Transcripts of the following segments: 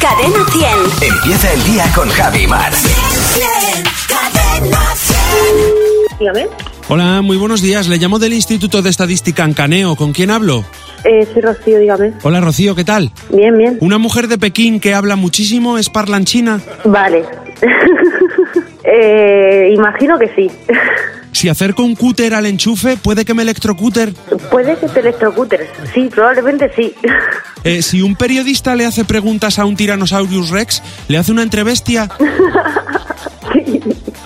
Cadena 100. Empieza el día con Javi Mar. Cadena 100. Dígame. Hola, muy buenos días. Le llamo del Instituto de Estadística en Caneo. ¿Con quién hablo? Eh, soy Rocío, dígame. Hola, Rocío, ¿qué tal? Bien, bien. Una mujer de Pekín que habla muchísimo es parlanchina. Vale. Eh, imagino que sí. Si acerco un cúter al enchufe, puede que me electrocúter. Puede que te electrocutes. Sí, probablemente sí. Eh, si un periodista le hace preguntas a un Tyrannosaurus Rex, le hace una entrebestia.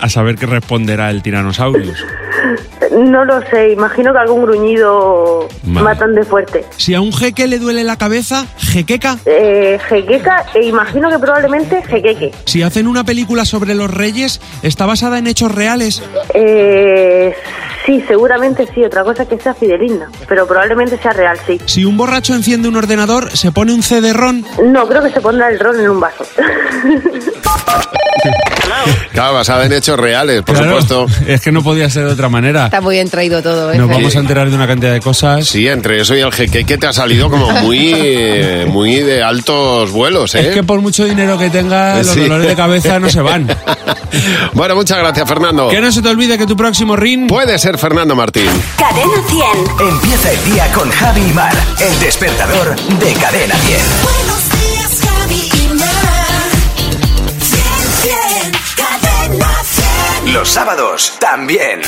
A saber qué responderá el Tyrannosaurus. No lo sé, imagino que algún gruñido Vale. bastante fuerte. Si a un jeque le duele la cabeza, jequeca. Eh, jequeca, e imagino que probablemente jequeque. Si hacen una película sobre los reyes, está basada en hechos reales. Eh, sí, seguramente sí. Otra cosa es que sea fideligna, pero probablemente sea real, sí. Si un borracho enciende un ordenador, se pone un CD-RON. No, creo que se pondrá el ron en un vaso. Claro, basada en hechos reales, por supuesto. Es que no podía ser de otra manera. Está muy bien traído todo, ¿eh? Nos Javi? vamos a enterar de una cantidad de cosas. Sí, ¿eh? entre eso y el jeque que te ha salido como muy, eh, muy de altos vuelos, ¿eh? Es que por mucho dinero que tengas, los Sí. dolores de cabeza no se van. bueno, muchas gracias, Fernando. que no se te olvide que tu próximo ring... Puede ser Fernando Martín. Cadena 100. Empieza el día con Javi Mar. El despertador de Cadena 10. Buenos días, Javi y Mar. Bien, bien, Cadena 100. Los sábados también.